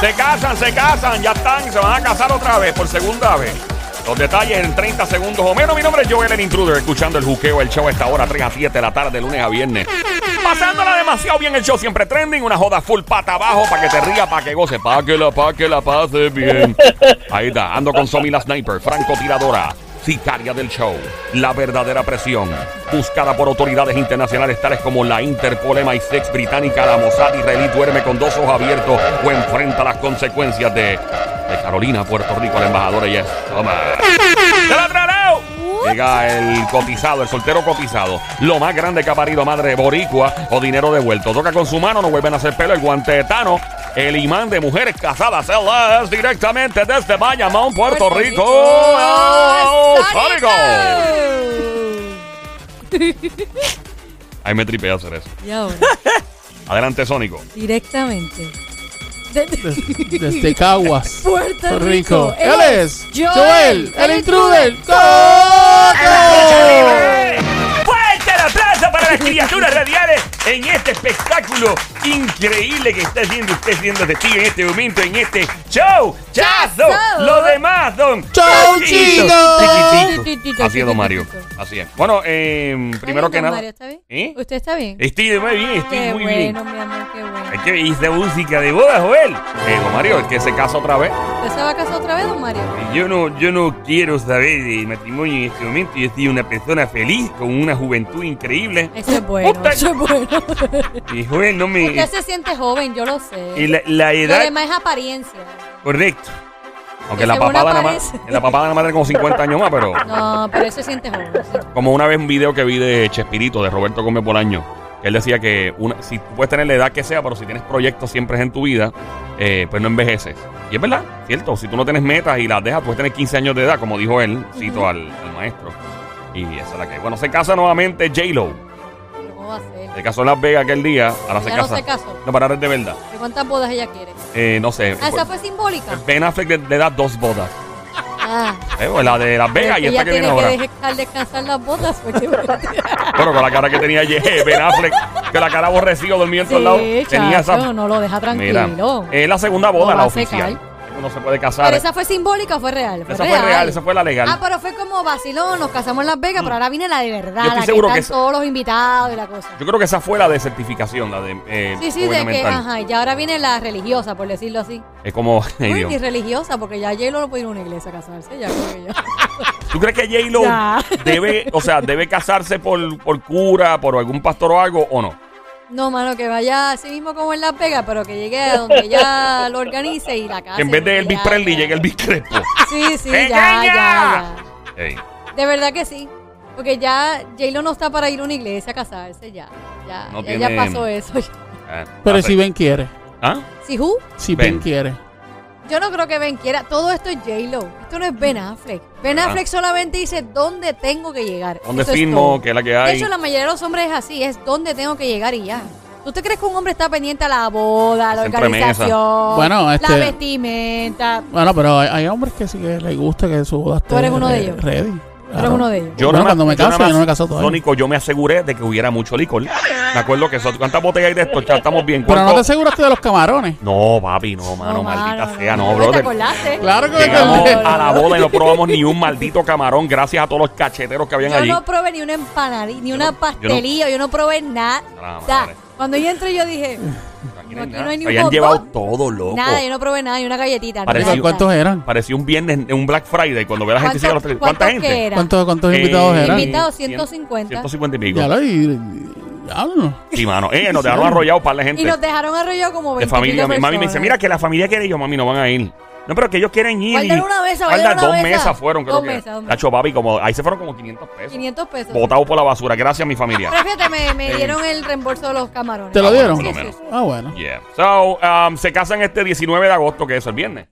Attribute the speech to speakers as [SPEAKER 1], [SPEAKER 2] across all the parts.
[SPEAKER 1] Se casan, se casan, ya están, se van a casar otra vez por segunda vez. Los detalles en 30 segundos o menos. Mi nombre es Joel el Intruder, escuchando el juqueo, el show a esta hora, 3 a 7 de la tarde, lunes a viernes. Pasándola demasiado bien el show, siempre trending, una joda full pata abajo para que te ría, para que goce, para que la, para que la pase bien. Ahí está, ando con Somi la Sniper, francotiradora, sicaria del show, la verdadera presión, buscada por autoridades internacionales tales como la Interpol, MI6 británica, la Mossad israelí, duerme con dos ojos abiertos o enfrenta las consecuencias de, de Carolina, Puerto Rico, la embajadora y es Omar. ¡Te la trareo! Llega el cotizado, el soltero cotizado. Lo más grande que ha parido madre boricua o dinero devuelto. Toca con su mano, no vuelven a hacer pelo el guante de Tano. El imán de mujeres casadas, él es directamente desde Bayamón, Puerto,
[SPEAKER 2] Puerto
[SPEAKER 1] Rico.
[SPEAKER 2] Rico.
[SPEAKER 1] ¡Oh,
[SPEAKER 2] ¡Sónico!
[SPEAKER 1] Sónico! Ay, me tripea hacer eso.
[SPEAKER 2] Y ahora,
[SPEAKER 1] Adelante, Sónico.
[SPEAKER 2] directamente. Desde
[SPEAKER 3] Desde Caguas.
[SPEAKER 2] Puerto
[SPEAKER 3] Puerto
[SPEAKER 2] Rico.
[SPEAKER 3] Rico. Él es Joel, el intruder.
[SPEAKER 2] ¡Oh!
[SPEAKER 1] ¡Fuerte la plaza para las criaturas radiales en este espectáculo increíble que está haciendo usted siendo testigo en este momento, en este show. ¡Chazo!
[SPEAKER 2] ¡Chazo!
[SPEAKER 1] Lo demás, don.
[SPEAKER 3] ¡Chau,
[SPEAKER 1] Chiquito,
[SPEAKER 3] chino!
[SPEAKER 1] chiquitito.
[SPEAKER 2] Chiquitito,
[SPEAKER 1] Así es, don Mario.
[SPEAKER 2] chiquitito.
[SPEAKER 1] Así es. Bueno, eh, primero que nada.
[SPEAKER 2] Mario, ¿está bien?
[SPEAKER 1] ¿Eh?
[SPEAKER 2] ¿Usted está bien?
[SPEAKER 1] Estoy muy bien, estoy
[SPEAKER 2] qué
[SPEAKER 1] muy bien.
[SPEAKER 2] bueno, mi amor, qué bueno.
[SPEAKER 1] Hay que hice música de boda, Joel. Eh, don Mario, el que se casa otra vez.
[SPEAKER 2] ¿Usted se va a casar otra vez, don Mario?
[SPEAKER 1] Yo no, yo no quiero saber de matrimonio en este momento. Yo soy una persona feliz con una juventud increíble.
[SPEAKER 2] Eso es bueno,
[SPEAKER 1] Usted-
[SPEAKER 2] eso es bueno.
[SPEAKER 1] Y joven, no me.
[SPEAKER 2] Usted se siente joven, yo lo
[SPEAKER 1] y
[SPEAKER 2] sé.
[SPEAKER 1] la, la
[SPEAKER 2] Lo
[SPEAKER 1] edad.
[SPEAKER 2] demás es apariencia.
[SPEAKER 1] Correcto. Aunque
[SPEAKER 2] Y
[SPEAKER 1] la
[SPEAKER 2] según
[SPEAKER 1] papada, nada más,
[SPEAKER 2] aparece.
[SPEAKER 1] la papada nada más tiene como 50 años más, pero.
[SPEAKER 2] No, pero él se siente joven. sí.
[SPEAKER 1] Como una vez un video que vi de Chespirito, de Roberto Gómez Bolaño, que él decía que una, si tú puedes tener la edad que sea, pero si tienes proyectos siempre en tu vida, eh, pues no envejeces. Y es verdad, ¿cierto? Si tú no tienes metas y las dejas, puedes tener 15 años de edad, como dijo él, cito al, al maestro. Y esa es la que Bueno, se casa nuevamente J-Lo.
[SPEAKER 2] Pero ¿Cómo va a ser?
[SPEAKER 1] Se casó en Las Vegas aquel día, ahora se
[SPEAKER 2] Ya no
[SPEAKER 1] casa.
[SPEAKER 2] se casó.
[SPEAKER 1] No, para ahora es de verdad.
[SPEAKER 2] ¿De cuántas bodas ella quiere?
[SPEAKER 1] Eh, no sé.
[SPEAKER 2] Ah, esa fue simbólica.
[SPEAKER 1] Ben Affleck le, le da dos bodas.
[SPEAKER 2] Ah.
[SPEAKER 1] Eh, pues la de Las Vegas y
[SPEAKER 2] ella
[SPEAKER 1] esta que viene
[SPEAKER 2] tiene
[SPEAKER 1] ahora.
[SPEAKER 2] que dejar descansar las botas pues, porque
[SPEAKER 1] Bueno, con la cara que tenía ayer, Ben Affleck, que la cara aborrecido dormía en todos lados.
[SPEAKER 2] Sí,
[SPEAKER 1] Tenía
[SPEAKER 2] chacho,
[SPEAKER 1] esa.
[SPEAKER 2] no lo deja
[SPEAKER 1] Mira,
[SPEAKER 2] tranquilo.
[SPEAKER 1] es la segunda boda, la
[SPEAKER 2] Lo va a secar.
[SPEAKER 1] oficial. Uno se puede casar.
[SPEAKER 2] pero esa fue simbólica o fue real?
[SPEAKER 1] Esa fue real, esa fue la legal.
[SPEAKER 2] Ah, pero fue como vacilón, nos casamos en Las Vegas, pero ahora viene la de verdad,
[SPEAKER 1] Yo estoy
[SPEAKER 2] la que
[SPEAKER 1] seguro
[SPEAKER 2] están
[SPEAKER 1] que esa-
[SPEAKER 2] todos los invitados y la cosa.
[SPEAKER 1] Yo creo que esa fue la de certificación, la de eh,
[SPEAKER 2] Sí, sí, de que,
[SPEAKER 1] gubernamental.
[SPEAKER 2] ajá, y ahora viene la religiosa, por decirlo así.
[SPEAKER 1] Es como, ay,
[SPEAKER 2] Uy,
[SPEAKER 1] Dios.
[SPEAKER 2] ni religiosa, porque ya J-Lo no puede ir a una iglesia a casarse, ya creo que ya.
[SPEAKER 1] ¿Tú crees que J-Lo
[SPEAKER 2] Ya.
[SPEAKER 1] debe, o sea, debe casarse por, por cura, por algún pastor o algo, o no?
[SPEAKER 2] No, mano, que vaya así mismo como en Las Vegas, pero que llegue a donde ya lo organice y la casa.
[SPEAKER 1] que en vez de Elvis Presley llegue Elvis Crespo.
[SPEAKER 2] Sí, sí, ya,
[SPEAKER 1] ¡Pequeña!
[SPEAKER 2] ya, ya.
[SPEAKER 1] Ey,
[SPEAKER 2] De verdad que sí. Porque ya J-Lo no está para ir a una iglesia a casarse, ya. Ya,
[SPEAKER 1] No
[SPEAKER 2] ya,
[SPEAKER 1] tiene-
[SPEAKER 2] ya pasó eso.
[SPEAKER 1] ah,
[SPEAKER 3] Pero
[SPEAKER 1] hace-
[SPEAKER 3] si Ben quiere.
[SPEAKER 1] ¿Ah?
[SPEAKER 2] Si who?
[SPEAKER 3] Si
[SPEAKER 1] Ben.
[SPEAKER 3] Ben, quiere.
[SPEAKER 2] Yo no creo que Ben quiera. Todo esto es J-Lo. Esto no es Ben Affleck. Ben
[SPEAKER 1] Ah.
[SPEAKER 2] Affleck solamente dice dónde tengo que llegar.
[SPEAKER 1] ¿Dónde
[SPEAKER 2] Eso es
[SPEAKER 1] firmo?
[SPEAKER 2] todo.
[SPEAKER 1] ¿Qué es la que
[SPEAKER 2] De
[SPEAKER 1] hay?
[SPEAKER 2] hecho, la mayoría de los hombres es así, es dónde tengo que llegar y ya. ¿Tú te crees que un hombre está pendiente a la boda, a la
[SPEAKER 1] Siempre mesa.
[SPEAKER 2] organización,
[SPEAKER 3] Bueno,
[SPEAKER 2] la
[SPEAKER 3] este-
[SPEAKER 2] vestimenta?
[SPEAKER 3] Bueno, pero hay, hay hombres que sí que les gusta que su boda esté
[SPEAKER 2] Tú eres uno de
[SPEAKER 3] re-
[SPEAKER 2] ellos.
[SPEAKER 3] Ready.
[SPEAKER 2] Pero es uno de ellos.
[SPEAKER 1] Yo
[SPEAKER 3] Bueno,
[SPEAKER 1] nada más-
[SPEAKER 3] cuando me case,
[SPEAKER 1] nada
[SPEAKER 3] yo no
[SPEAKER 1] más,
[SPEAKER 3] me caso todavía.
[SPEAKER 1] Sónico, yo me aseguré de que hubiera mucho licor. Me acuerdo que eso, ¿cuántas botellas hay de esto? Ya estamos bien.
[SPEAKER 3] Pero no
[SPEAKER 1] ¿Cuánto?
[SPEAKER 3] te aseguraste de los camarones.
[SPEAKER 1] No, papi, no, mano,
[SPEAKER 2] No,
[SPEAKER 1] maldita
[SPEAKER 2] mano,
[SPEAKER 1] sea,
[SPEAKER 2] no,
[SPEAKER 1] no,
[SPEAKER 2] no, ¿Te
[SPEAKER 1] brother.
[SPEAKER 2] acordaste?
[SPEAKER 3] Claro que me
[SPEAKER 1] Llegamos
[SPEAKER 3] acordé.
[SPEAKER 1] a la boda y no probamos ni un maldito camarón gracias a todos los cacheteros que habían
[SPEAKER 2] Yo
[SPEAKER 1] allí.
[SPEAKER 2] no probé ni una empanadilla, ni
[SPEAKER 1] no- yo
[SPEAKER 2] una
[SPEAKER 1] no-
[SPEAKER 2] pastelilla, yo no, probé nada.
[SPEAKER 1] Ah, madre.
[SPEAKER 2] Cuando yo entré yo dije,
[SPEAKER 1] Aquí hay
[SPEAKER 2] no, aquí
[SPEAKER 1] nada.
[SPEAKER 2] no hay ni un
[SPEAKER 1] habían
[SPEAKER 2] botón.
[SPEAKER 1] llevado todo, loco.
[SPEAKER 2] nada, yo no probé nada, ni una galletita.
[SPEAKER 1] Pareció-
[SPEAKER 2] nada.
[SPEAKER 1] Yo-
[SPEAKER 3] ¿Cuántos eran?
[SPEAKER 1] Parecía un viernes, un Black Friday, cuando ve a la gente
[SPEAKER 2] ¿Cuántos-
[SPEAKER 1] llegar a los teléfonos.
[SPEAKER 2] cuántos
[SPEAKER 1] ¿Cuánta gente?
[SPEAKER 2] que eran?
[SPEAKER 3] ¿Cuántos, cuántos
[SPEAKER 1] Eh,
[SPEAKER 3] invitados eran?
[SPEAKER 2] Invitados, 150.
[SPEAKER 1] 150 y pico.
[SPEAKER 3] Ya lo y, diablo.
[SPEAKER 1] Sí, mano. Eh, nos dejaron arrollados para la gente.
[SPEAKER 2] Y nos dejaron arrollado como
[SPEAKER 1] de
[SPEAKER 2] 20
[SPEAKER 1] familia. Mi mami me dice, mira que la familia quiere ir. yo, mami, no van a ir. No, pero que ellos quieren ir.
[SPEAKER 2] Faltan
[SPEAKER 1] y-
[SPEAKER 2] una mesa,
[SPEAKER 1] Faltan
[SPEAKER 2] faltan una
[SPEAKER 1] dos
[SPEAKER 2] mesa.
[SPEAKER 1] mesas fueron, creo
[SPEAKER 2] Dos
[SPEAKER 1] que.
[SPEAKER 2] mesas, dos mesas.
[SPEAKER 1] Tacho, papi, como, ahí se fueron como 500 pesos.
[SPEAKER 2] 500 pesos.
[SPEAKER 1] Botado por la basura, gracias a mi familia.
[SPEAKER 2] Pero fíjate, me, me
[SPEAKER 1] Eh.
[SPEAKER 2] dieron el reembolso de los camarones.
[SPEAKER 3] ¿Te lo dieron?
[SPEAKER 1] por lo menos.
[SPEAKER 3] Ah, bueno.
[SPEAKER 1] Yeah. So, um, se casan este 19 de agosto, que es el viernes.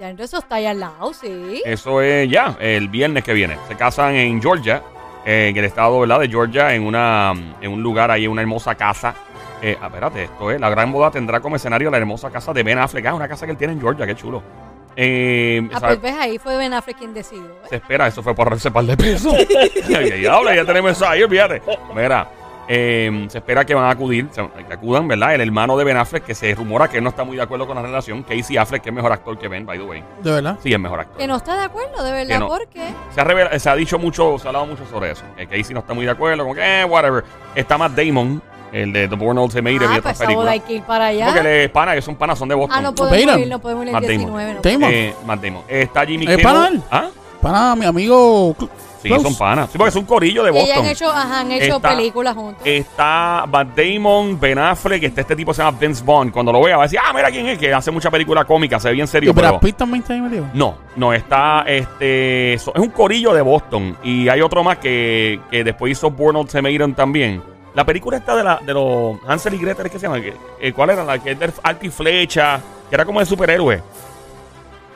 [SPEAKER 2] Ya, entonces eso está ahí al lado, sí.
[SPEAKER 1] Eso es ya, el viernes que viene. Se casan en Georgia, eh, en el estado ¿verdad? de Georgia, en, una, en un lugar ahí, en una hermosa casa. Eh, ah, espérate, esto es. La gran boda tendrá como escenario la hermosa casa de Ben Affleck. Ah, una casa que él tiene en Georgia, qué chulo. Eh,
[SPEAKER 2] Ah,
[SPEAKER 1] ¿sabes?
[SPEAKER 2] pues ves, ahí fue Ben Affleck quien decidió. ¿eh?
[SPEAKER 1] Se espera, eso fue por ese par de pesos. y ahí, ahora ya tenemos eso ahí, olvídate. Mira, Eh, se espera que van a acudir, se- que acudan, ¿verdad? El hermano de Ben Affleck, que se rumora que él no está muy de acuerdo con la relación. Casey Affleck, que es mejor actor que Ben, by the way.
[SPEAKER 3] De verdad.
[SPEAKER 1] Sí, es mejor actor.
[SPEAKER 2] Que no está de acuerdo, de
[SPEAKER 1] Que
[SPEAKER 2] verdad,
[SPEAKER 1] no.
[SPEAKER 2] porque
[SPEAKER 1] Se ha, revela- se ha dicho mucho, se ha hablado mucho sobre eso. Que Casey no está muy de acuerdo, como que, eh, whatever. Está Matt Damon, el de The Bourne Ultimate y
[SPEAKER 2] ah,
[SPEAKER 1] otras
[SPEAKER 2] pues esa boda
[SPEAKER 1] películas.
[SPEAKER 2] hay que ir para allá.
[SPEAKER 1] Porque él es pana, que son panas, son de Boston.
[SPEAKER 2] Ah, no podemos
[SPEAKER 3] Venom.
[SPEAKER 2] ir, no podemos ir el
[SPEAKER 1] Matt Damon.
[SPEAKER 2] 19. no.
[SPEAKER 3] Damon.
[SPEAKER 1] Eh, Matt Damon. Está Jimmy
[SPEAKER 3] ¿Es
[SPEAKER 1] Kimmel.
[SPEAKER 3] pana él?
[SPEAKER 1] ¿Ah?
[SPEAKER 3] Para mi amigo. Cl-
[SPEAKER 1] Sí,
[SPEAKER 3] Close.
[SPEAKER 1] son panas. Sí, porque es un corillo de
[SPEAKER 2] Que ya
[SPEAKER 1] Boston.
[SPEAKER 2] han hecho, ajá, han hecho
[SPEAKER 1] Está- eh,
[SPEAKER 2] películas juntos.
[SPEAKER 1] Está Matt Damon, Ben Affleck, está este tipo se llama Vince Vaughn. Cuando lo vea va a decir, ah, mira quién es, que hace mucha película cómica, se ve bien
[SPEAKER 3] Y
[SPEAKER 1] serio.
[SPEAKER 3] Brad
[SPEAKER 1] Pero
[SPEAKER 3] Pitt también está ahí metido.
[SPEAKER 1] no, no, está este, so- es un corillo de Boston. Y hay otro más que, que después hizo Born Ultimatum también. La película está de, la, de los Hansel y Gretel, ¿qué se llama? Eh, ¿Cuál era? La que es de Arco y Flecha, que era como de superhéroe.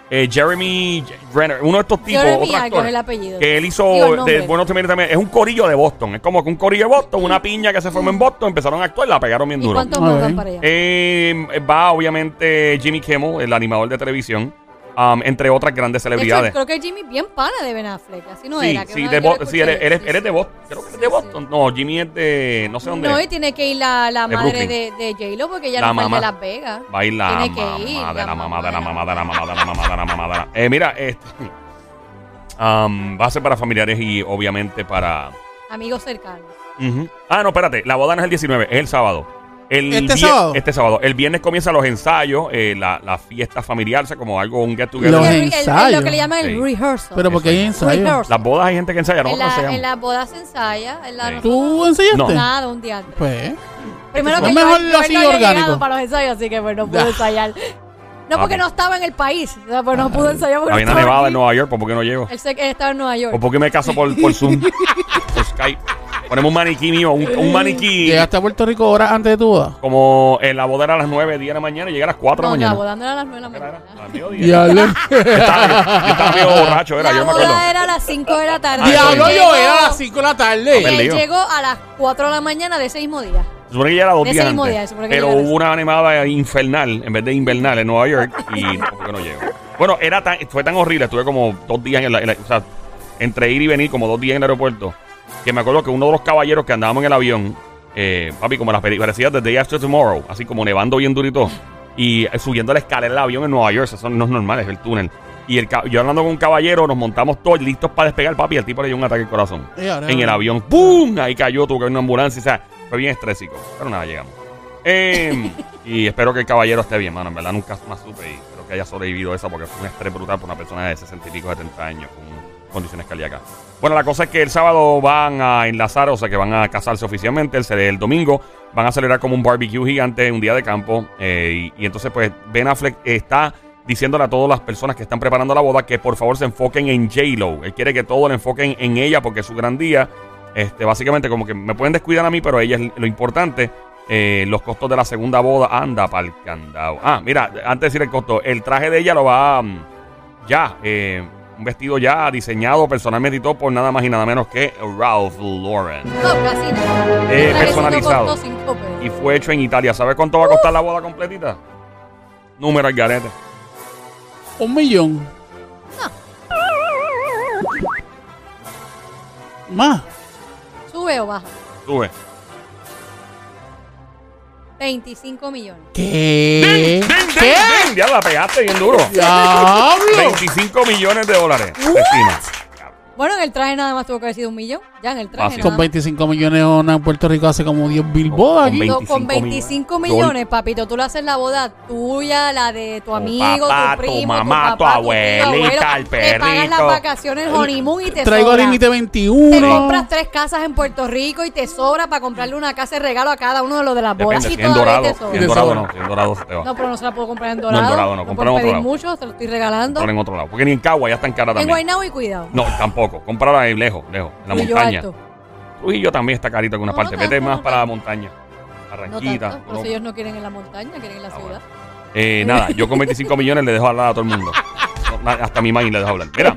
[SPEAKER 1] Eh, Jeremy Renner, uno de estos tipos,
[SPEAKER 2] Jeremy
[SPEAKER 1] otro
[SPEAKER 2] algo
[SPEAKER 1] actor
[SPEAKER 2] es el apellido.
[SPEAKER 1] que él
[SPEAKER 2] Digo, el
[SPEAKER 1] hizo
[SPEAKER 2] nombre.
[SPEAKER 1] de Buenos Aires también. Es un corillo de Boston. Es como que un corillo de Boston, una piña que se formó en Boston, empezaron a actuar, la pegaron bien
[SPEAKER 2] ¿Y
[SPEAKER 1] duro.
[SPEAKER 2] cuántos
[SPEAKER 3] A
[SPEAKER 2] más
[SPEAKER 3] ver.
[SPEAKER 2] van para allá?
[SPEAKER 1] Eh, va obviamente Jimmy Kimmel, el animador de televisión, um, entre otras grandes
[SPEAKER 2] De hecho,
[SPEAKER 1] celebridades.
[SPEAKER 2] creo que Jimmy es bien pana de Ben Affleck, así no
[SPEAKER 1] sí,
[SPEAKER 2] era. que
[SPEAKER 1] sí,
[SPEAKER 2] una
[SPEAKER 1] de
[SPEAKER 2] vez yo
[SPEAKER 1] Bo-
[SPEAKER 2] lo
[SPEAKER 1] sí,
[SPEAKER 2] escuché,
[SPEAKER 1] eres, eres-
[SPEAKER 2] sí,
[SPEAKER 1] eres de
[SPEAKER 2] sí.
[SPEAKER 1] Boston. Creo que eres de
[SPEAKER 2] Sí,
[SPEAKER 1] Boston. No, Jimmy es de. No sé dónde.
[SPEAKER 2] No,
[SPEAKER 1] es.
[SPEAKER 2] y tiene que ir la, la
[SPEAKER 1] De
[SPEAKER 2] madre
[SPEAKER 1] Brooklyn.
[SPEAKER 2] de, de J-Lo porque ella
[SPEAKER 1] La
[SPEAKER 2] no fue
[SPEAKER 1] mamá.
[SPEAKER 2] de Las Vegas.
[SPEAKER 1] Va a ir la
[SPEAKER 2] Tiene que
[SPEAKER 1] mamá
[SPEAKER 2] ir,
[SPEAKER 1] de la
[SPEAKER 2] la
[SPEAKER 1] mamá
[SPEAKER 2] mamá
[SPEAKER 1] de la
[SPEAKER 2] de la
[SPEAKER 1] mamá de la mamá de la mamá de la mamá de la Eh, mira, este, um, va a ser para familiares y obviamente para.
[SPEAKER 2] Amigos cercanos.
[SPEAKER 1] Ujú. Ah, no, espérate. La boda no es el 19, es el sábado. El
[SPEAKER 3] ¿Este
[SPEAKER 1] vier-
[SPEAKER 3] sábado?
[SPEAKER 1] Este sábado. El viernes comienzan los ensayos, eh, la, la fiesta familiar, o sea, como algo, un get together.
[SPEAKER 3] Los
[SPEAKER 2] Sí, el- el- el- lo
[SPEAKER 3] ensayos.
[SPEAKER 2] que le llaman
[SPEAKER 1] Sí.
[SPEAKER 2] el rehearsal.
[SPEAKER 3] Pero porque hay ensayo.
[SPEAKER 2] Rehearsal.
[SPEAKER 1] Las bodas hay gente que ensaya, ¿no?
[SPEAKER 2] en, la,
[SPEAKER 1] ensayamos.
[SPEAKER 2] en las bodas se ensaya. En la
[SPEAKER 1] Sí.
[SPEAKER 2] nosotros-
[SPEAKER 3] ¿Tú ensayaste?
[SPEAKER 1] No.
[SPEAKER 2] Nada, un día antes.
[SPEAKER 3] Pues.
[SPEAKER 2] Primero
[SPEAKER 3] Es
[SPEAKER 2] que
[SPEAKER 3] mejor
[SPEAKER 2] yo, yo
[SPEAKER 3] así
[SPEAKER 2] no había
[SPEAKER 3] orgánico.
[SPEAKER 2] llegado para los ensayos, así que pues no pude
[SPEAKER 3] Ah.
[SPEAKER 2] ensayar. No porque
[SPEAKER 1] Ah,
[SPEAKER 2] no estaba en el país, o sea, pues no pude ensayar porque
[SPEAKER 1] Había
[SPEAKER 2] no
[SPEAKER 1] una
[SPEAKER 2] estaba
[SPEAKER 1] nevada
[SPEAKER 2] aquí.
[SPEAKER 1] en Nueva York, ¿por qué no llego?
[SPEAKER 2] Él, se- él estaba en Nueva
[SPEAKER 1] ¿O
[SPEAKER 2] York.
[SPEAKER 1] por qué me caso por, por Zoom? por Skype. Ponemos un maniquí mío, un, un maniquí.
[SPEAKER 3] Llegaste a Puerto Rico horas antes de tu boda.
[SPEAKER 1] Como en la boda era a las 9, 10 de la mañana, y llega a las 4
[SPEAKER 2] No,
[SPEAKER 1] de
[SPEAKER 2] la
[SPEAKER 1] la mañana.
[SPEAKER 2] boda no era a las 9 de la
[SPEAKER 1] ¿Qué era?
[SPEAKER 2] mañana.
[SPEAKER 1] Al mediodía.
[SPEAKER 3] Diablo.
[SPEAKER 1] Yo estaba, yo estaba medio borracho, era,
[SPEAKER 2] la
[SPEAKER 1] yo no me acuerdo.
[SPEAKER 2] boda era a las 5 de la tarde.
[SPEAKER 1] Ah,
[SPEAKER 3] Diablo,
[SPEAKER 1] sí.
[SPEAKER 3] yo era a las 5 de la
[SPEAKER 1] Hombre,
[SPEAKER 3] tarde.
[SPEAKER 2] Él
[SPEAKER 1] lío.
[SPEAKER 2] llegó a las 4 de la mañana de ese mismo día.
[SPEAKER 1] Se supone que ya era dos
[SPEAKER 2] De
[SPEAKER 1] días
[SPEAKER 2] ese mismo
[SPEAKER 1] antes.
[SPEAKER 2] día, se supone que
[SPEAKER 1] pero
[SPEAKER 2] llegara
[SPEAKER 1] hubo una animada infernal en vez de invernal en Nueva York y tampoco no llegó. Bueno, era tan, fue tan horrible, estuve como dos días en, la, en la- o sea, entre ir y venir, como dos días en el aeropuerto, que me acuerdo que uno de los caballeros que andábamos en el avión, eh, papi, como las películas parecía The Day After Tomorrow, así como nevando bien durito, y eh, subiendo la escalera del avión en Nueva York, eso no es normal, es el túnel. Y el, ca- yo hablando con un caballero, nos montamos todos listos para despegar, papi, y el tipo le dio un ataque al corazón en el avión. ¡Pum! Ahí cayó, tuvo que haber una ambulancia. O sea, fue bien estrésico. Pero nada, llegamos. Eh, y espero que el caballero esté bien, mano. En verdad nunca más supe y espero que haya sobrevivido esa porque fue un estrés brutal para una persona de 60 y pico, 70 años con condiciones cardíacas. Bueno, la cosa es que el sábado van a enlazar, o sea que van a casarse oficialmente. El, cere- el domingo van a celebrar como un barbecue gigante, un día de campo. eh, y, y entonces, pues, Ben Affleck está diciéndole a todas las personas que están preparando la boda que por favor se enfoquen en J-Lo. Él quiere que todos le enfoquen en ella porque es su gran día. Este, básicamente, como que me pueden descuidar a mí, pero ella es lo importante. Eh, los costos de la segunda boda, anda pa'l candado. Ah, mira, antes de decir el costo, el traje de ella lo va mm, ya, eh, un vestido ya diseñado personalmente y todo por nada más y nada menos que Ralph Lauren.
[SPEAKER 2] No, casi nada. El
[SPEAKER 1] Eh,
[SPEAKER 2] trajecito
[SPEAKER 1] personalizado.
[SPEAKER 2] costó cinco pesos.
[SPEAKER 1] Y fue hecho en Italia. ¿Sabes cuánto va a costar la boda completita? Número al garete.
[SPEAKER 3] Un millón. Más.
[SPEAKER 2] ¿Sube o baja?
[SPEAKER 1] Sube.
[SPEAKER 2] 25 millones.
[SPEAKER 3] ¿Qué?
[SPEAKER 1] ¿Qué? Ya la pegaste bien duro.
[SPEAKER 3] ¡Diablo!
[SPEAKER 1] 25 millones de dólares. Se estima.
[SPEAKER 2] Bueno, en el traje nada más tuvo que haber sido un millón. Ya en el traje.
[SPEAKER 1] Fácil.
[SPEAKER 2] nada
[SPEAKER 3] Con
[SPEAKER 2] más.
[SPEAKER 3] 25 millones una en Puerto Rico hace como 10
[SPEAKER 1] Con
[SPEAKER 3] billboards aquí.
[SPEAKER 2] No, con
[SPEAKER 1] 25
[SPEAKER 2] 25
[SPEAKER 1] millones.
[SPEAKER 2] millones, papito, tú le haces la boda tuya, la de tu amigo,
[SPEAKER 1] papá,
[SPEAKER 2] tu
[SPEAKER 1] tu
[SPEAKER 2] primo,
[SPEAKER 1] mamá, tu
[SPEAKER 2] papá, tío,
[SPEAKER 1] abuelita,
[SPEAKER 2] abuelo.
[SPEAKER 1] el
[SPEAKER 2] Le pagas las
[SPEAKER 1] perrito.
[SPEAKER 2] vacaciones, el honeymoon y te
[SPEAKER 3] Traigo al
[SPEAKER 2] sobra.
[SPEAKER 3] límite
[SPEAKER 2] Te
[SPEAKER 3] 21.
[SPEAKER 2] compras tres casas en Puerto Rico y te sobra para comprarle una casa de regalo a cada uno de los de las bodas.
[SPEAKER 1] Depende, si
[SPEAKER 2] y
[SPEAKER 1] en
[SPEAKER 2] todavía
[SPEAKER 1] dorado. Si
[SPEAKER 2] te sobra.
[SPEAKER 1] en dorado
[SPEAKER 3] Te
[SPEAKER 1] no.
[SPEAKER 3] sobra.
[SPEAKER 1] Si en dorado se te va.
[SPEAKER 2] No, pero no se la puedo comprar en
[SPEAKER 1] en
[SPEAKER 2] dorado.
[SPEAKER 1] dorado no,
[SPEAKER 2] puedo
[SPEAKER 1] comprar en otro
[SPEAKER 2] pedir
[SPEAKER 1] lado.
[SPEAKER 2] mucho, te lo estoy regalando.
[SPEAKER 1] Por en otro lado. Porque ni en Cagua ya está en cara
[SPEAKER 2] En
[SPEAKER 1] también.
[SPEAKER 2] Guaynabo y cuidado.
[SPEAKER 1] No, tampoco. Cómprala ahí lejos, lejos. En la
[SPEAKER 2] Trujillo
[SPEAKER 1] montaña.
[SPEAKER 2] Alto.
[SPEAKER 1] Trujillo también está carito en una
[SPEAKER 2] No,
[SPEAKER 1] parte.
[SPEAKER 2] no
[SPEAKER 1] Vete
[SPEAKER 2] tanto,
[SPEAKER 1] más
[SPEAKER 2] no
[SPEAKER 1] para la montaña.
[SPEAKER 2] No
[SPEAKER 1] Barranquita.
[SPEAKER 2] tanto,
[SPEAKER 1] Colombia.
[SPEAKER 2] pues ellos no quieren en la montaña, quieren en la
[SPEAKER 1] Ah,
[SPEAKER 2] ciudad.
[SPEAKER 1] Eh, nada, yo con 25 millones le dejo hablar a todo el mundo. No, na- hasta a mi maíz le dejo hablar. Mira.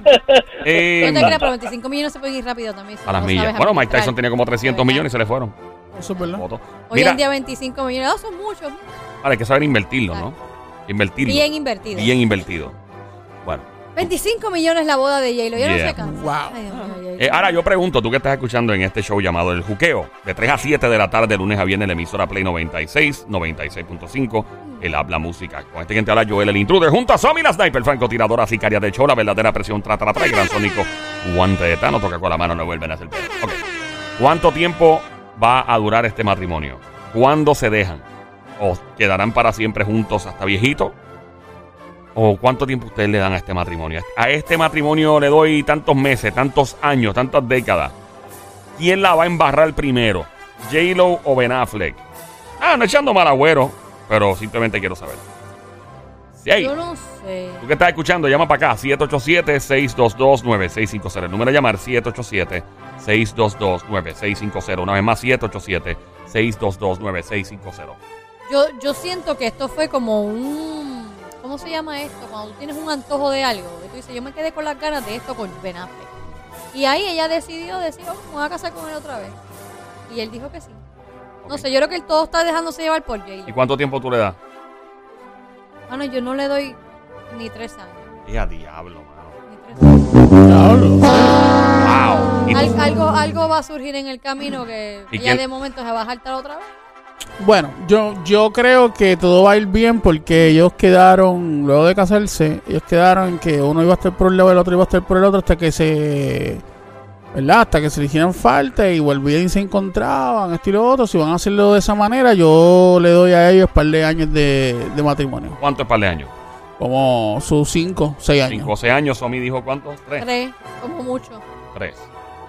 [SPEAKER 1] eh,
[SPEAKER 2] No te creas, pero 25 millones se pueden ir rápido también. si
[SPEAKER 1] a las
[SPEAKER 2] no
[SPEAKER 1] millas.
[SPEAKER 2] sabes
[SPEAKER 1] Bueno, Mike
[SPEAKER 2] administrar.
[SPEAKER 1] Tyson tenía como 300 millones y se le fueron.
[SPEAKER 3] Eso es verdad.
[SPEAKER 1] Voto.
[SPEAKER 2] Hoy
[SPEAKER 1] Mira,
[SPEAKER 2] en día 25 millones, oh, son muchos.
[SPEAKER 1] ahora hay que saber invertirlo, ¿no? Invertirlo.
[SPEAKER 2] Bien invertidos.
[SPEAKER 1] Bien invertido. Bueno,
[SPEAKER 2] 25 millones la boda de J-Lo. Yo no
[SPEAKER 1] Yeah.
[SPEAKER 2] sé cansa.
[SPEAKER 3] Wow.
[SPEAKER 2] Ay, Dios mío, J-Lo.
[SPEAKER 1] Eh, ahora yo pregunto, tú que estás escuchando en este show llamado El Juqueo, de 3 a 7 de la tarde, lunes a viernes, la emisora Play 96, 96.5, el habla música. Con este que te habla Joel, el intruder, junto a Somi, la sniper, francotiradora, sicaria de show, la verdadera presión, tra, tra, tra, y gran sónico, guante de Tano, toca con la mano, no vuelven a hacer pelo. Ok. ¿Cuánto tiempo va a durar este matrimonio? ¿Cuándo se dejan? ¿O quedarán para siempre juntos hasta viejito? ¿O cuánto tiempo ustedes le dan a este matrimonio? A este matrimonio le doy tantos meses, tantos años, tantas décadas. ¿Quién la va a embarrar primero? ¿J-Lo o Ben Affleck? Ah, no echando mal agüero, pero simplemente quiero saber. Sí,
[SPEAKER 2] Yo no sé.
[SPEAKER 1] Tú que estás escuchando, llama para acá, 787-622-9650. El número a llamar, 787-622-9650. Una vez más, 787-622-9650.
[SPEAKER 2] Yo, yo siento que esto fue como un... ¿Cómo se llama esto? Cuando tú tienes un antojo de algo. Y tú dices, yo me quedé con las ganas de esto con Ben Affleck. Y ahí ella decidió decir, oh, me voy a casar con él otra vez. Y él dijo que sí. No
[SPEAKER 1] Ok.
[SPEAKER 2] sé, yo creo que él todo está dejándose llevar por
[SPEAKER 1] ¿Y
[SPEAKER 2] J-Lo.
[SPEAKER 1] cuánto tiempo tú le das?
[SPEAKER 2] Ah, no, yo no le doy ni tres años.
[SPEAKER 1] Hija, diablo, mano.
[SPEAKER 2] Ni tres años.
[SPEAKER 3] Diablo.
[SPEAKER 1] ¡Wow! Y tú-
[SPEAKER 2] Al- algo, algo va a surgir en el camino que
[SPEAKER 1] ¿Y
[SPEAKER 2] ella
[SPEAKER 1] quién-
[SPEAKER 2] de momento se va a saltar otra vez.
[SPEAKER 3] Bueno, yo, yo creo que todo va a ir bien porque ellos quedaron, luego de casarse, ellos quedaron en que uno iba a estar por un lado, el otro iba a estar por el otro hasta que se... ¿Verdad? Hasta que se le hicieran falta y volvían y se encontraban, esto y lo otro. Si van a hacerlo de esa manera, yo le doy a ellos par de años de, de matrimonio.
[SPEAKER 1] ¿Cuánto es par de años?
[SPEAKER 3] Como sus 5, 6 años.
[SPEAKER 1] Cinco o seis años, Somi dijo cuántos? Tres.
[SPEAKER 2] Tres, como mucho.
[SPEAKER 1] Tres.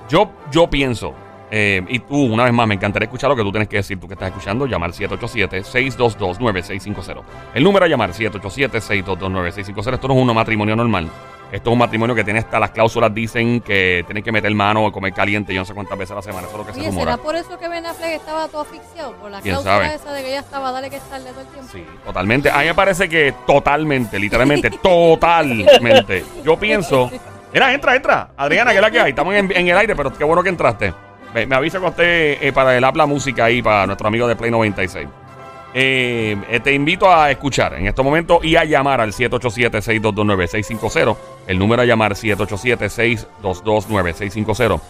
[SPEAKER 1] Yo, yo pienso, eh, y tú, una vez más, me encantaría escuchar lo que tú tienes que decir, tú que estás escuchando, llamar 787-622-9650. El número a llamar, 787-622-9650. Esto no es un matrimonio normal. Esto es un matrimonio que tiene hasta las cláusulas, dicen que tienes que meter mano o comer caliente, yo no sé cuántas veces a la semana, eso es lo que se
[SPEAKER 2] Oye,
[SPEAKER 1] rumora.
[SPEAKER 2] ¿será por eso que Ben Affleck estaba todo asfixiado? Por la
[SPEAKER 1] ¿Quién
[SPEAKER 2] cláusula
[SPEAKER 1] sabe?
[SPEAKER 2] esa de que ella estaba, dale que estarle todo el tiempo.
[SPEAKER 1] Sí, totalmente. A mí me parece que totalmente, literalmente, totalmente. Yo pienso. Mira, entra, entra. Adriana, que es la que hay. Estamos en, en el aire, pero qué bueno que entraste. Me, me avisa cuando esté eh, para el Apla Música ahí, para nuestro amigo de Play 96. Eh, eh, te invito a escuchar en estos momentos y a llamar al 787-6229-650. El número a llamar 787-6229-650.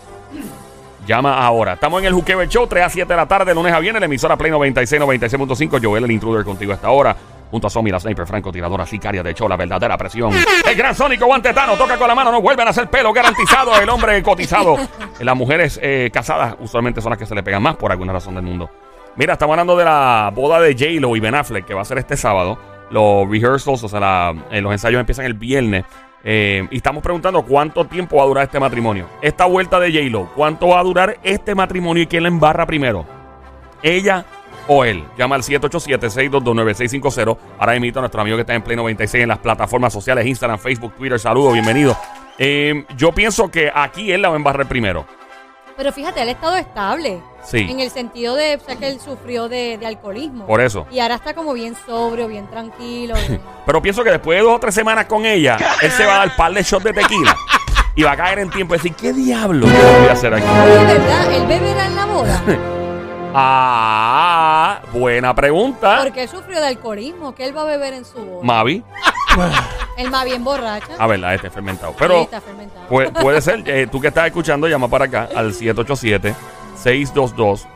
[SPEAKER 1] Llama ahora. Estamos en el Juqueo del Show, 3 a 7 de la tarde, lunes a viernes, la emisora Play 96, 96.5. Joel, el intruder, contigo hasta ahora. Junto a Somi, la sniper, franco, tiradora, sicaria de hecho, la verdadera presión. El gran sónico guantetano toca con la mano, no vuelven a hacer pelo, garantizado. El hombre cotizado. Las mujeres eh, casadas usualmente son las que se le pegan más por alguna razón del mundo. Mira, estamos hablando de la boda de J-Lo y Ben Affleck, que va a ser este sábado. Los rehearsals, o sea, la- eh, los ensayos empiezan el viernes. Eh, y estamos preguntando cuánto tiempo va a durar este matrimonio. Esta vuelta de J-Lo, ¿cuánto va a durar este matrimonio y quién la embarra primero? ¿Ella o él? Llama al 787-622-9650. Ahora invito a nuestro amigo que está en Play 96 en las plataformas sociales, Instagram, Facebook, Twitter. Saludos, bienvenido. Eh, yo pienso que aquí él la va a embarrar primero.
[SPEAKER 2] Pero fíjate, él ha estado estable.
[SPEAKER 1] Sí.
[SPEAKER 2] En el sentido de, o sea, que él sufrió de, de alcoholismo.
[SPEAKER 1] Por e- eso.
[SPEAKER 2] Y ahora está como bien sobrio, bien tranquilo. bien-
[SPEAKER 1] Pero pienso que después de dos o tres semanas con ella, él se va a dar par de shots de tequila y va a caer en tiempo y decir, ¿qué diablo voy a hacer aquí?
[SPEAKER 2] Oye, ¿verdad? ¿Él beberá en la boda?
[SPEAKER 1] Ah, buena pregunta.
[SPEAKER 2] Porque él sufrió de alcoholismo. ¿Qué él va a beber en su boda?
[SPEAKER 1] Mavi.
[SPEAKER 2] él más bien borracha.
[SPEAKER 1] A ver, la este fermentado.
[SPEAKER 2] Sí,
[SPEAKER 1] Pero
[SPEAKER 2] está fermentado.
[SPEAKER 1] puede, puede ser, eh, tú que estás escuchando, llama para acá al 787-622.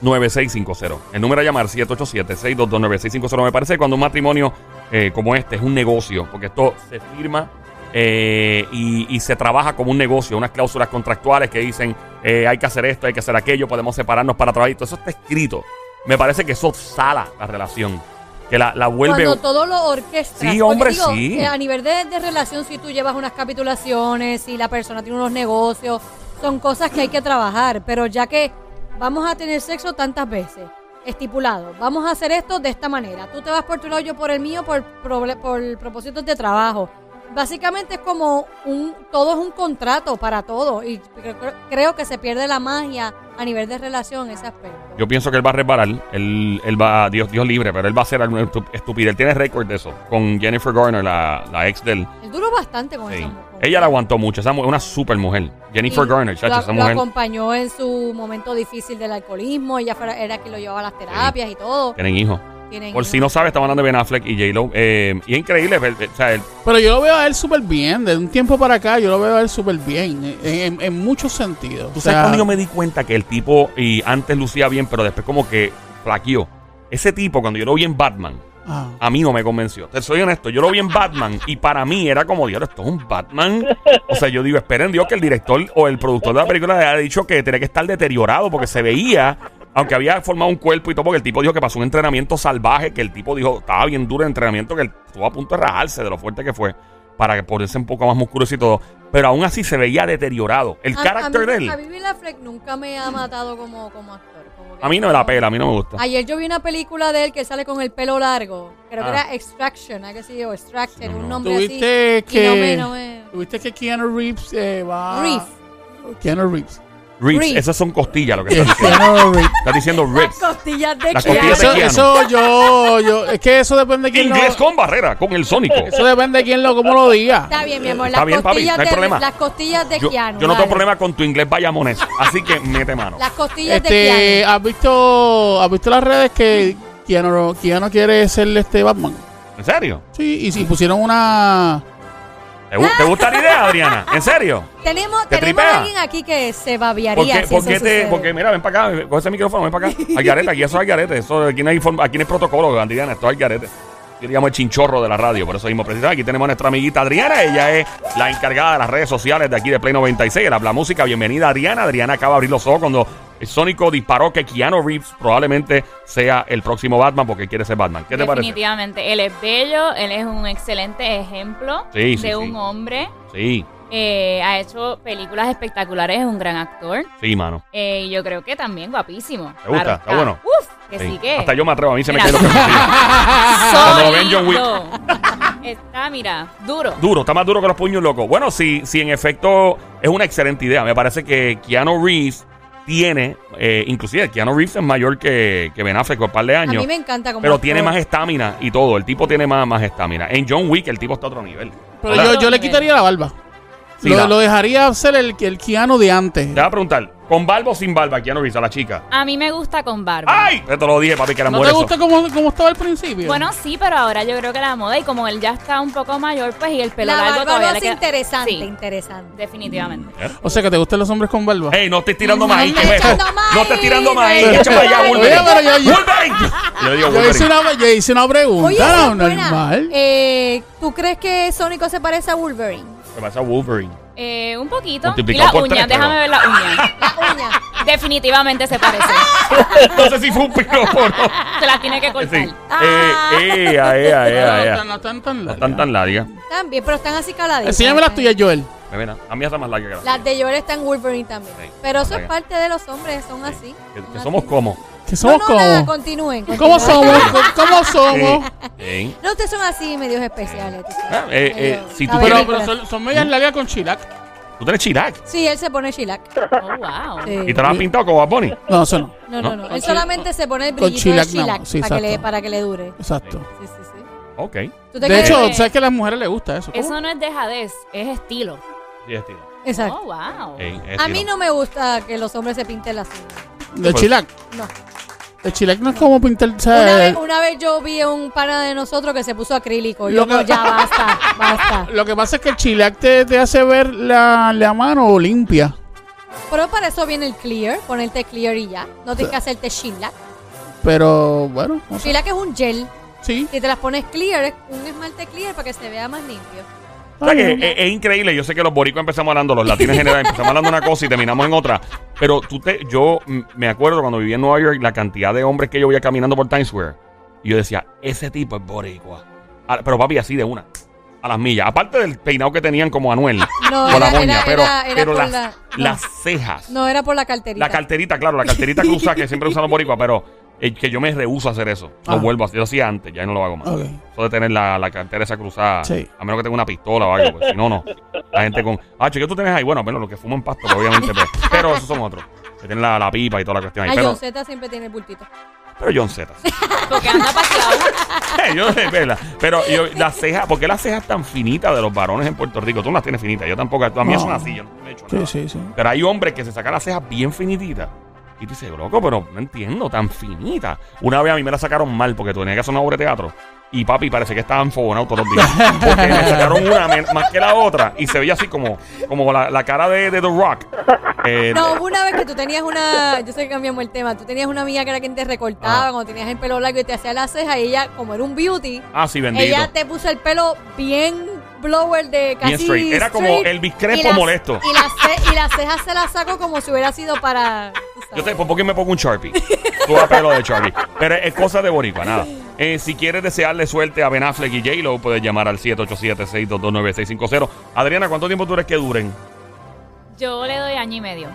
[SPEAKER 1] 9650. El número a llamar 787-622-9650. Me parece que cuando un matrimonio eh, como este es un negocio, porque esto se firma eh, y, y se trabaja como un negocio, unas cláusulas contractuales que dicen eh, hay que hacer esto, hay que hacer aquello, podemos separarnos para trabajar. y Todo eso está escrito. Me parece que eso sala la relación, que la, la vuelve...
[SPEAKER 2] Cuando todo lo orquestas.
[SPEAKER 1] Sí,
[SPEAKER 2] porque
[SPEAKER 1] hombre,
[SPEAKER 2] digo,
[SPEAKER 1] sí.
[SPEAKER 2] eh, A nivel de, de relación, si tú llevas unas capitulaciones, si la persona tiene unos negocios, son cosas que hay que trabajar. Pero ya que vamos a tener sexo tantas veces, estipulado, vamos a hacer esto de esta manera. Tú te vas por tu lado, yo por el mío, por, proble- por propósitos de trabajo. Básicamente es como un, todo es un contrato para todo y creo, creo que se pierde la magia a nivel de relación en ese aspecto.
[SPEAKER 1] Yo pienso que él va a resbalar. Él, él va, Dios, Dios libre, pero él va a hacer alguna estu- estupidez. Él tiene récord de eso. Con Jennifer Garner, la, la ex del.
[SPEAKER 2] Él duró bastante con esa mujer.
[SPEAKER 1] Ella la aguantó mucho. Esa mu- una super mujer. Jennifer
[SPEAKER 2] Y
[SPEAKER 1] Garner, chacho,
[SPEAKER 2] lo,
[SPEAKER 1] esa
[SPEAKER 2] lo
[SPEAKER 1] mujer.
[SPEAKER 2] acompañó en su momento difícil del alcoholismo. Ella fue- era quien lo llevaba a las terapias y todo.
[SPEAKER 1] Tienen hijos.
[SPEAKER 2] Tienen
[SPEAKER 1] Por si no sabes, estamos hablando de Ben Affleck y J-Lo. Eh, y es increíble, ver- o sea, el-
[SPEAKER 3] Pero yo lo veo a él súper bien. De un tiempo para acá, yo lo veo a él súper bien. En, en- en muchos sentidos.
[SPEAKER 1] tú
[SPEAKER 3] O
[SPEAKER 1] sabes
[SPEAKER 3] sea,
[SPEAKER 1] cuando yo me di cuenta que el tipo y antes lucía bien, pero después como que flaqueó. Ese tipo, cuando yo lo vi en Batman,
[SPEAKER 3] ah.
[SPEAKER 1] a mí no me convenció. Te soy honesto, yo lo vi en Batman y para mí era como, Dios, esto es un Batman. O sea, yo digo, esperen Dios que el director o el productor de la película le ha dicho que tenía que estar deteriorado porque se veía, aunque había formado un cuerpo y todo, porque el tipo dijo que pasó un entrenamiento salvaje, que el tipo dijo, estaba bien duro el entrenamiento, que él estuvo a punto de rajarse de lo fuerte que fue para ponerse un poco más musculoso y todo. Pero aún así se veía deteriorado. El
[SPEAKER 2] A- a
[SPEAKER 1] carácter
[SPEAKER 2] mí-
[SPEAKER 1] de él,
[SPEAKER 2] A mí Ben Affleck nunca me ha matado como, como actor. como que
[SPEAKER 1] a mí no me la pela, a mí no me gusta.
[SPEAKER 2] Ayer yo vi una película de él que él sale con el pelo largo. Creo
[SPEAKER 1] Ah.
[SPEAKER 2] que era Extraction, algo así, o Extraction,
[SPEAKER 1] No, no.
[SPEAKER 2] un nombre así.
[SPEAKER 3] Tuviste
[SPEAKER 2] Y no
[SPEAKER 3] que.
[SPEAKER 2] me- no me-
[SPEAKER 3] Tuviste que Keanu Reeves eh,
[SPEAKER 1] Ah.
[SPEAKER 3] va.
[SPEAKER 2] Reeves.
[SPEAKER 3] Keanu Reeves.
[SPEAKER 1] Reeves,
[SPEAKER 2] Reeves.
[SPEAKER 1] esas son costillas lo que estás diciendo.
[SPEAKER 3] Keanu Reeves.
[SPEAKER 1] Estás diciendo
[SPEAKER 2] Las
[SPEAKER 1] Reeves.
[SPEAKER 2] costillas de
[SPEAKER 1] Pues, Las
[SPEAKER 2] Keanu.
[SPEAKER 1] costillas
[SPEAKER 3] Eso,
[SPEAKER 1] Keanu.
[SPEAKER 3] eso yo, yo. Es que eso depende de quién lo.
[SPEAKER 1] Inglés con barrera, con el sónico.
[SPEAKER 3] Eso depende de quién lo, cómo lo diga.
[SPEAKER 2] Está bien, mi amor.
[SPEAKER 1] Está
[SPEAKER 2] Las
[SPEAKER 1] bien, papi,
[SPEAKER 2] costillas
[SPEAKER 1] no hay
[SPEAKER 2] de,
[SPEAKER 1] problema.
[SPEAKER 2] Las costillas de
[SPEAKER 1] Yo,
[SPEAKER 2] Keanu.
[SPEAKER 1] yo no tengo
[SPEAKER 2] dale.
[SPEAKER 1] problema con tu inglés vallamonés, así que mete mano.
[SPEAKER 2] Las costillas de
[SPEAKER 3] Este,
[SPEAKER 2] Keanu.
[SPEAKER 3] ¿has visto, ¿Has visto las redes que Keanu, Keanu quiere ser este Batman?
[SPEAKER 1] ¿En serio?
[SPEAKER 3] Sí, y si pusieron una.
[SPEAKER 1] ¿Te, gu- te gusta la idea, Adriana? ¿En serio?
[SPEAKER 2] Tenemos,
[SPEAKER 1] ¿Te
[SPEAKER 2] tenemos
[SPEAKER 1] tripea?
[SPEAKER 2] alguien aquí que se
[SPEAKER 1] ¿Por qué,
[SPEAKER 2] babiaría si
[SPEAKER 1] por
[SPEAKER 2] eso
[SPEAKER 1] qué te,
[SPEAKER 2] sucede.
[SPEAKER 1] porque mira, ven para acá, eh, coge ese micrófono, ven para acá. Al garete, aquí eso es al garete. Eso, aquí, no hay forma- aquí no hay protocolo, Adriana, esto es al garete. Yo le llamo el chinchorro de la radio, por eso mismo precisamente. Aquí tenemos a nuestra amiguita Adriana, ella es la encargada de las redes sociales de aquí de Play 96, el Habla Música. Bienvenida, Adriana. Adriana acaba de abrir los ojos cuando el Sónico disparó que Keanu Reeves probablemente sea el próximo Batman porque él quiere ser Batman. ¿Qué te parece?
[SPEAKER 4] Definitivamente. Él es bello, él es un excelente ejemplo
[SPEAKER 1] Sí, sí,
[SPEAKER 4] de
[SPEAKER 1] sí.
[SPEAKER 4] un hombre.
[SPEAKER 1] Sí,
[SPEAKER 4] Eh, ha hecho películas espectaculares, es un gran actor.
[SPEAKER 1] sí, mano.
[SPEAKER 4] Eh, y yo creo que también guapísimo.
[SPEAKER 1] ¿Te gusta? ¿Está bueno?
[SPEAKER 4] Uf, que sí,
[SPEAKER 1] Sí.
[SPEAKER 4] que.
[SPEAKER 1] Hasta yo me atrevo, a mí se me
[SPEAKER 4] Mira.
[SPEAKER 1] cae lo que Cuando lo ven John Wick.
[SPEAKER 4] Solito. Está, mira, duro.
[SPEAKER 1] Duro, está más duro que los puños locos. Bueno, sí, sí, en efecto, es una excelente idea. Me parece que Keanu Reeves tiene, eh, inclusive Keanu Reeves es mayor que, que Ben Affleck por un par de
[SPEAKER 2] A
[SPEAKER 1] años.
[SPEAKER 2] mí me encanta como
[SPEAKER 1] Pero tiene
[SPEAKER 2] actor.
[SPEAKER 1] más estamina y todo. El tipo tiene más más estamina. en John Wick, el tipo está a otro nivel.
[SPEAKER 3] Pero
[SPEAKER 1] Hola.
[SPEAKER 3] yo, yo le quitaría la barba.
[SPEAKER 1] Sí,
[SPEAKER 3] lo,
[SPEAKER 1] la-
[SPEAKER 3] lo dejaría ser el, el Keanu de antes.
[SPEAKER 1] Te voy a preguntar, ¿con barba o sin barba Keanu Reeves a la chica?
[SPEAKER 4] A mí me gusta con barba.
[SPEAKER 1] ¡Ay! Te lo dije, papi, que era
[SPEAKER 3] ¿No
[SPEAKER 1] mujer
[SPEAKER 3] te
[SPEAKER 1] eso.
[SPEAKER 3] gusta cómo, cómo estaba al principio?
[SPEAKER 4] Bueno, sí, pero ahora yo creo que la moda y como él ya está un poco mayor, pues y el pelo
[SPEAKER 2] la
[SPEAKER 4] largo
[SPEAKER 2] barba lo
[SPEAKER 4] todavía le
[SPEAKER 2] hace
[SPEAKER 4] queda.
[SPEAKER 2] interesante,
[SPEAKER 4] Sí,
[SPEAKER 2] interesante.
[SPEAKER 4] definitivamente.
[SPEAKER 3] O sea, que te gustan los hombres con barba.
[SPEAKER 1] ¡Ey, no estés tirando
[SPEAKER 2] No
[SPEAKER 1] maíz!
[SPEAKER 2] me
[SPEAKER 1] que
[SPEAKER 2] echando
[SPEAKER 1] hueco.
[SPEAKER 2] maíz,
[SPEAKER 1] ¡No estés tirando
[SPEAKER 2] no
[SPEAKER 1] maíz!
[SPEAKER 2] me
[SPEAKER 1] ¡Échame
[SPEAKER 2] echando
[SPEAKER 1] allá,
[SPEAKER 2] maíz.
[SPEAKER 1] Wolverine!
[SPEAKER 3] Oye, pero yo- yo-
[SPEAKER 1] ¡Wolverine! Yo le digo
[SPEAKER 3] Yo hice,
[SPEAKER 1] Wolverine.
[SPEAKER 3] una, yo hice una
[SPEAKER 2] Oye, esa
[SPEAKER 3] pregunta
[SPEAKER 2] es buena.
[SPEAKER 3] normal.
[SPEAKER 2] Eh, ¿Tú crees que Sónico se parece a Wolverine?
[SPEAKER 1] Se pasa Wolverine.
[SPEAKER 4] Eh, un poquito. Y
[SPEAKER 1] Multiplicado
[SPEAKER 4] la
[SPEAKER 1] por
[SPEAKER 4] uña,
[SPEAKER 1] tres, pero-
[SPEAKER 4] déjame ver la uña.
[SPEAKER 2] La uña.
[SPEAKER 4] Definitivamente se parece.
[SPEAKER 1] No sé si fue un pirófono.
[SPEAKER 4] Se la tiene que
[SPEAKER 2] Pues
[SPEAKER 4] cortar.
[SPEAKER 1] Sí. Eh, ea, ea, ea,
[SPEAKER 3] No,
[SPEAKER 1] ea.
[SPEAKER 3] no, no están tan
[SPEAKER 1] No
[SPEAKER 3] largas.
[SPEAKER 1] están tan largas.
[SPEAKER 2] También, pero están así caladitas.
[SPEAKER 3] Enséñame las tuyas, Joel.
[SPEAKER 1] Me ven, a mí está más larga que la
[SPEAKER 2] Las de Joel están Wolverine también.
[SPEAKER 1] Sí,
[SPEAKER 2] Pero eso
[SPEAKER 1] ok.
[SPEAKER 2] es parte de los hombres, son así.
[SPEAKER 1] Que,
[SPEAKER 2] son
[SPEAKER 1] que
[SPEAKER 2] así.
[SPEAKER 1] somos como.
[SPEAKER 3] Que
[SPEAKER 2] No,
[SPEAKER 3] somos
[SPEAKER 2] no,
[SPEAKER 3] como.
[SPEAKER 2] nada, continúen.
[SPEAKER 3] ¿Cómo
[SPEAKER 2] continúen.
[SPEAKER 3] somos? ¿Cómo somos?
[SPEAKER 1] Eh,
[SPEAKER 2] No, ustedes son así, medios especiales. tú sabes.
[SPEAKER 1] Ah, eh, eh,
[SPEAKER 2] Medio-
[SPEAKER 1] si tú
[SPEAKER 2] la
[SPEAKER 1] Pero-
[SPEAKER 3] Pero,
[SPEAKER 1] tienes-
[SPEAKER 2] película.
[SPEAKER 3] pero son, son medias largas con chilac.
[SPEAKER 1] Tú tienes Chirac.
[SPEAKER 2] Sí, él se pone shellac.
[SPEAKER 4] Oh, wow.
[SPEAKER 2] Sí.
[SPEAKER 1] Y te la has pintado como Bad Bunny.
[SPEAKER 3] No, eso no.
[SPEAKER 2] No, no, no.
[SPEAKER 3] Con
[SPEAKER 2] Él
[SPEAKER 3] chi-
[SPEAKER 2] solamente se pone el
[SPEAKER 3] con
[SPEAKER 2] brillito de
[SPEAKER 3] shellac nada
[SPEAKER 2] shellac
[SPEAKER 3] más, sí,
[SPEAKER 2] para, que le,
[SPEAKER 3] exacto.
[SPEAKER 2] para que le dure.
[SPEAKER 3] Exacto.
[SPEAKER 2] Sí, sí, sí.
[SPEAKER 1] Ok.
[SPEAKER 2] ¿Tú te
[SPEAKER 3] De
[SPEAKER 2] crees?
[SPEAKER 3] hecho,
[SPEAKER 4] que-
[SPEAKER 3] sabes que a las mujeres les gusta eso. ¿Cómo?
[SPEAKER 4] Eso no es dejadez, es estilo.
[SPEAKER 1] Sí, es tiro.
[SPEAKER 2] Exacto.
[SPEAKER 4] Oh, wow.
[SPEAKER 1] Eh, es
[SPEAKER 2] A mí
[SPEAKER 1] tiro.
[SPEAKER 2] no me gusta que los hombres se pinten las uñas.
[SPEAKER 3] De chilac.
[SPEAKER 2] No.
[SPEAKER 3] El chilac no es como pintar. o sea,
[SPEAKER 2] Una vez, una vez yo vi a un pana de nosotros que se puso acrílico. Yo
[SPEAKER 3] Lo
[SPEAKER 2] no,
[SPEAKER 3] que-
[SPEAKER 2] ya basta, basta.
[SPEAKER 3] Lo que pasa es que el chilac te, te hace ver la, la mano limpia.
[SPEAKER 2] Pero para eso viene el clear, ponerte clear y ya. No tienes que hacerte shellac.
[SPEAKER 3] Pero bueno, no sé.
[SPEAKER 2] Shellac es un gel.
[SPEAKER 3] Sí.
[SPEAKER 2] Si te las pones clear, es un esmalte clear para que se vea más limpio.
[SPEAKER 1] O sea que
[SPEAKER 3] eh,
[SPEAKER 1] es, es increíble. Yo sé que los boricuas empezamos hablando, los latinos en general, empezamos hablando una cosa y terminamos en otra. Pero tú te, yo mm, me acuerdo cuando vivía en Nueva York, la cantidad de hombres que yo veía caminando por Times Square. Y yo decía, ese tipo es boricua. Ah, Pero papi, así de una. A las millas. Aparte del peinado que tenían como Anuel.
[SPEAKER 2] No,
[SPEAKER 1] con la
[SPEAKER 2] era-
[SPEAKER 1] moña.
[SPEAKER 2] era-
[SPEAKER 1] pero
[SPEAKER 2] era- era
[SPEAKER 1] pero
[SPEAKER 2] por
[SPEAKER 1] las,
[SPEAKER 2] la- no.
[SPEAKER 1] las cejas.
[SPEAKER 2] No era por la carterita.
[SPEAKER 1] La carterita, claro, la carterita cruzada que siempre usan los boricuas, pero eh, que yo me rehúso a hacer eso. No
[SPEAKER 3] Ah.
[SPEAKER 1] vuelvo a hacer. Yo lo hacía antes, ya no lo hago más.
[SPEAKER 3] Ok.
[SPEAKER 1] Eso de tener la, la cartera esa cruzada,
[SPEAKER 3] Sí.
[SPEAKER 1] a menos que tenga una pistola o algo, pues, si no, no. La gente con. Ah, che, ¿qué tú tienes ahí? Bueno, bueno, lo que fuman pasto, pues, obviamente, pues, pero esos son otros. Que tienen la, la pipa y toda la cuestión ahí.
[SPEAKER 2] Ay,
[SPEAKER 1] pero,
[SPEAKER 2] John Z siempre tiene el bultito.
[SPEAKER 1] pero John Z. sí.
[SPEAKER 4] Porque anda paseado.
[SPEAKER 1] yo, ¿verdad? pero yo, las cejas, ¿por qué las cejas tan finitas de los varones en Puerto Rico? Tú no las tienes finitas, yo tampoco. Tú, a mí
[SPEAKER 3] No.
[SPEAKER 1] son así, yo no me he hecho
[SPEAKER 3] Sí,
[SPEAKER 1] nada.
[SPEAKER 3] sí, sí.
[SPEAKER 1] Pero hay hombres que se sacan las cejas bien finititas. Y tú dices, loco, pero no entiendo, tan finita. Una vez a mí me la sacaron mal porque tenía que hacer una obra de teatro. Y papi, parece que estaba enfogonado todos los días. Porque me sacaron una men- más que la otra. Y se veía así como, como la, la cara de, de The Rock. Eh,
[SPEAKER 2] No, hubo una vez que tú tenías una. Yo sé que cambiamos el tema. Tú tenías una amiga que era quien te recortaba
[SPEAKER 1] Ah.
[SPEAKER 2] cuando tenías el pelo largo y te hacía la ceja. Y ella, como era un beauty,
[SPEAKER 1] Ah, sí, bendito.
[SPEAKER 2] ella te puso el pelo bien blower de casi.
[SPEAKER 1] straight. Era como Elvis Crespo
[SPEAKER 2] y las-
[SPEAKER 1] molesto.
[SPEAKER 2] Y las ce- y las cejas se las sacó como si hubiera sido para. tú sabes.
[SPEAKER 1] Yo te, ¿Por qué me pongo un Sharpie? Tú a pelo de Sharpie. Pero es cosa de boricua, nada. Eh, si quieres desearle suerte a Ben Affleck y J-Lo, puedes llamar al 787-622-9650. Adriana, ¿cuánto tiempo tú crees que duren?
[SPEAKER 4] Yo le doy año y medio.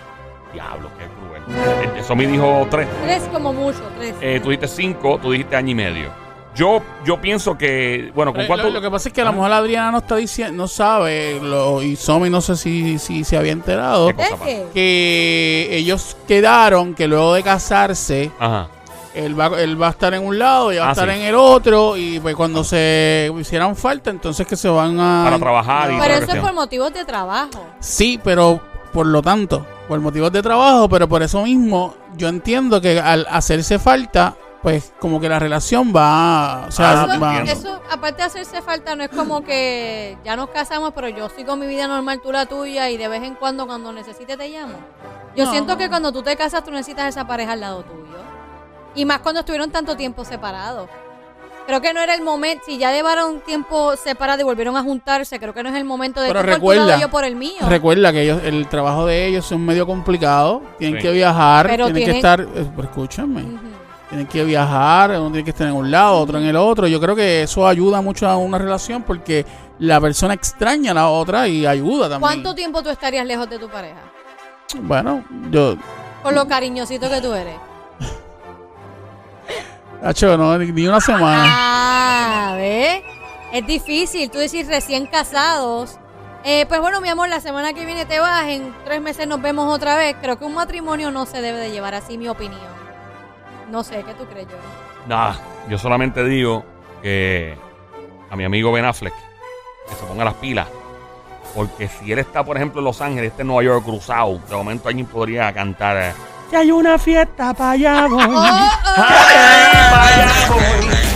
[SPEAKER 1] Diablo, qué cruel. Eh, Eso me dijo tres.
[SPEAKER 2] Tres como mucho, tres.
[SPEAKER 1] Eh, tú dijiste cinco, tú dijiste año y medio. Yo, yo pienso que, bueno, ¿con
[SPEAKER 3] Eh,
[SPEAKER 1] cuánto?
[SPEAKER 3] Lo, lo que pasa es que a lo mejor Adriana no está diciendo, no sabe, lo, y Somi no sé si, si se había enterado,
[SPEAKER 1] ¿Qué cosa?
[SPEAKER 2] ¿Es que?
[SPEAKER 3] que ellos quedaron que luego de casarse,
[SPEAKER 1] Ajá.
[SPEAKER 3] él va, él va a estar en un lado y va
[SPEAKER 1] Ah,
[SPEAKER 3] a estar
[SPEAKER 1] sí.
[SPEAKER 3] en el otro, y pues cuando se hicieran falta, entonces que se van a...
[SPEAKER 1] Para trabajar y-
[SPEAKER 2] Pero
[SPEAKER 1] la
[SPEAKER 2] eso es
[SPEAKER 1] cuestión.
[SPEAKER 2] por motivos de trabajo.
[SPEAKER 3] Sí, pero por lo tanto, por motivos de trabajo, pero por eso mismo, yo entiendo que al hacerse falta, pues como que la relación va... O sea,
[SPEAKER 1] Ah, te
[SPEAKER 3] va-
[SPEAKER 1] entiendo.
[SPEAKER 2] Eso, aparte de hacerse falta, no es como que ya nos casamos, pero yo sigo mi vida normal, tú la tuya, y de vez en cuando, cuando necesite, te llamo. Yo
[SPEAKER 3] No.
[SPEAKER 2] siento que cuando tú te casas, tú necesitas esa pareja al lado tuyo. Y más cuando estuvieron tanto tiempo separados. Creo que no era el momento, si ya llevaron tiempo separados y volvieron a juntarse, creo que no es el momento de
[SPEAKER 3] Pero
[SPEAKER 2] tú por tu lado,
[SPEAKER 3] recuerda-
[SPEAKER 2] yo por el mío.
[SPEAKER 3] Recuerda que ellos, el trabajo de ellos es un medio complicado. Tienen
[SPEAKER 1] Sí.
[SPEAKER 3] que viajar,
[SPEAKER 2] Pero
[SPEAKER 3] tienen,
[SPEAKER 2] tienen-
[SPEAKER 3] que estar. eh, Pero escúchame.
[SPEAKER 2] Ujú.
[SPEAKER 3] Tienen que viajar, uno tiene que estar en un lado, otro en el otro. Yo creo que eso ayuda mucho a una relación porque la persona extraña a la otra y ayuda también.
[SPEAKER 2] ¿Cuánto tiempo tú estarías lejos de tu pareja?
[SPEAKER 3] Bueno, yo.
[SPEAKER 2] Con lo cariñosito que tú eres.
[SPEAKER 3] Hacho, no, ni- ni una semana.
[SPEAKER 2] Ah, ¿ves? Es difícil, tú decís recién casados. Eh, pues bueno, mi amor, la semana que viene te vas, en tres meses nos vemos otra vez. Creo que un matrimonio no se debe de llevar así, mi opinión. No sé, ¿qué tú crees yo?
[SPEAKER 1] Nada, yo solamente digo que a mi amigo Ben Affleck que se ponga las pilas. Porque si él está, por ejemplo, en Los Ángeles, este en Nueva York cruzado, de momento alguien podría cantar. eh,
[SPEAKER 5] Si hay una fiesta para allá voy.
[SPEAKER 2] Oh, oh.
[SPEAKER 1] "Ay, vaya, voy".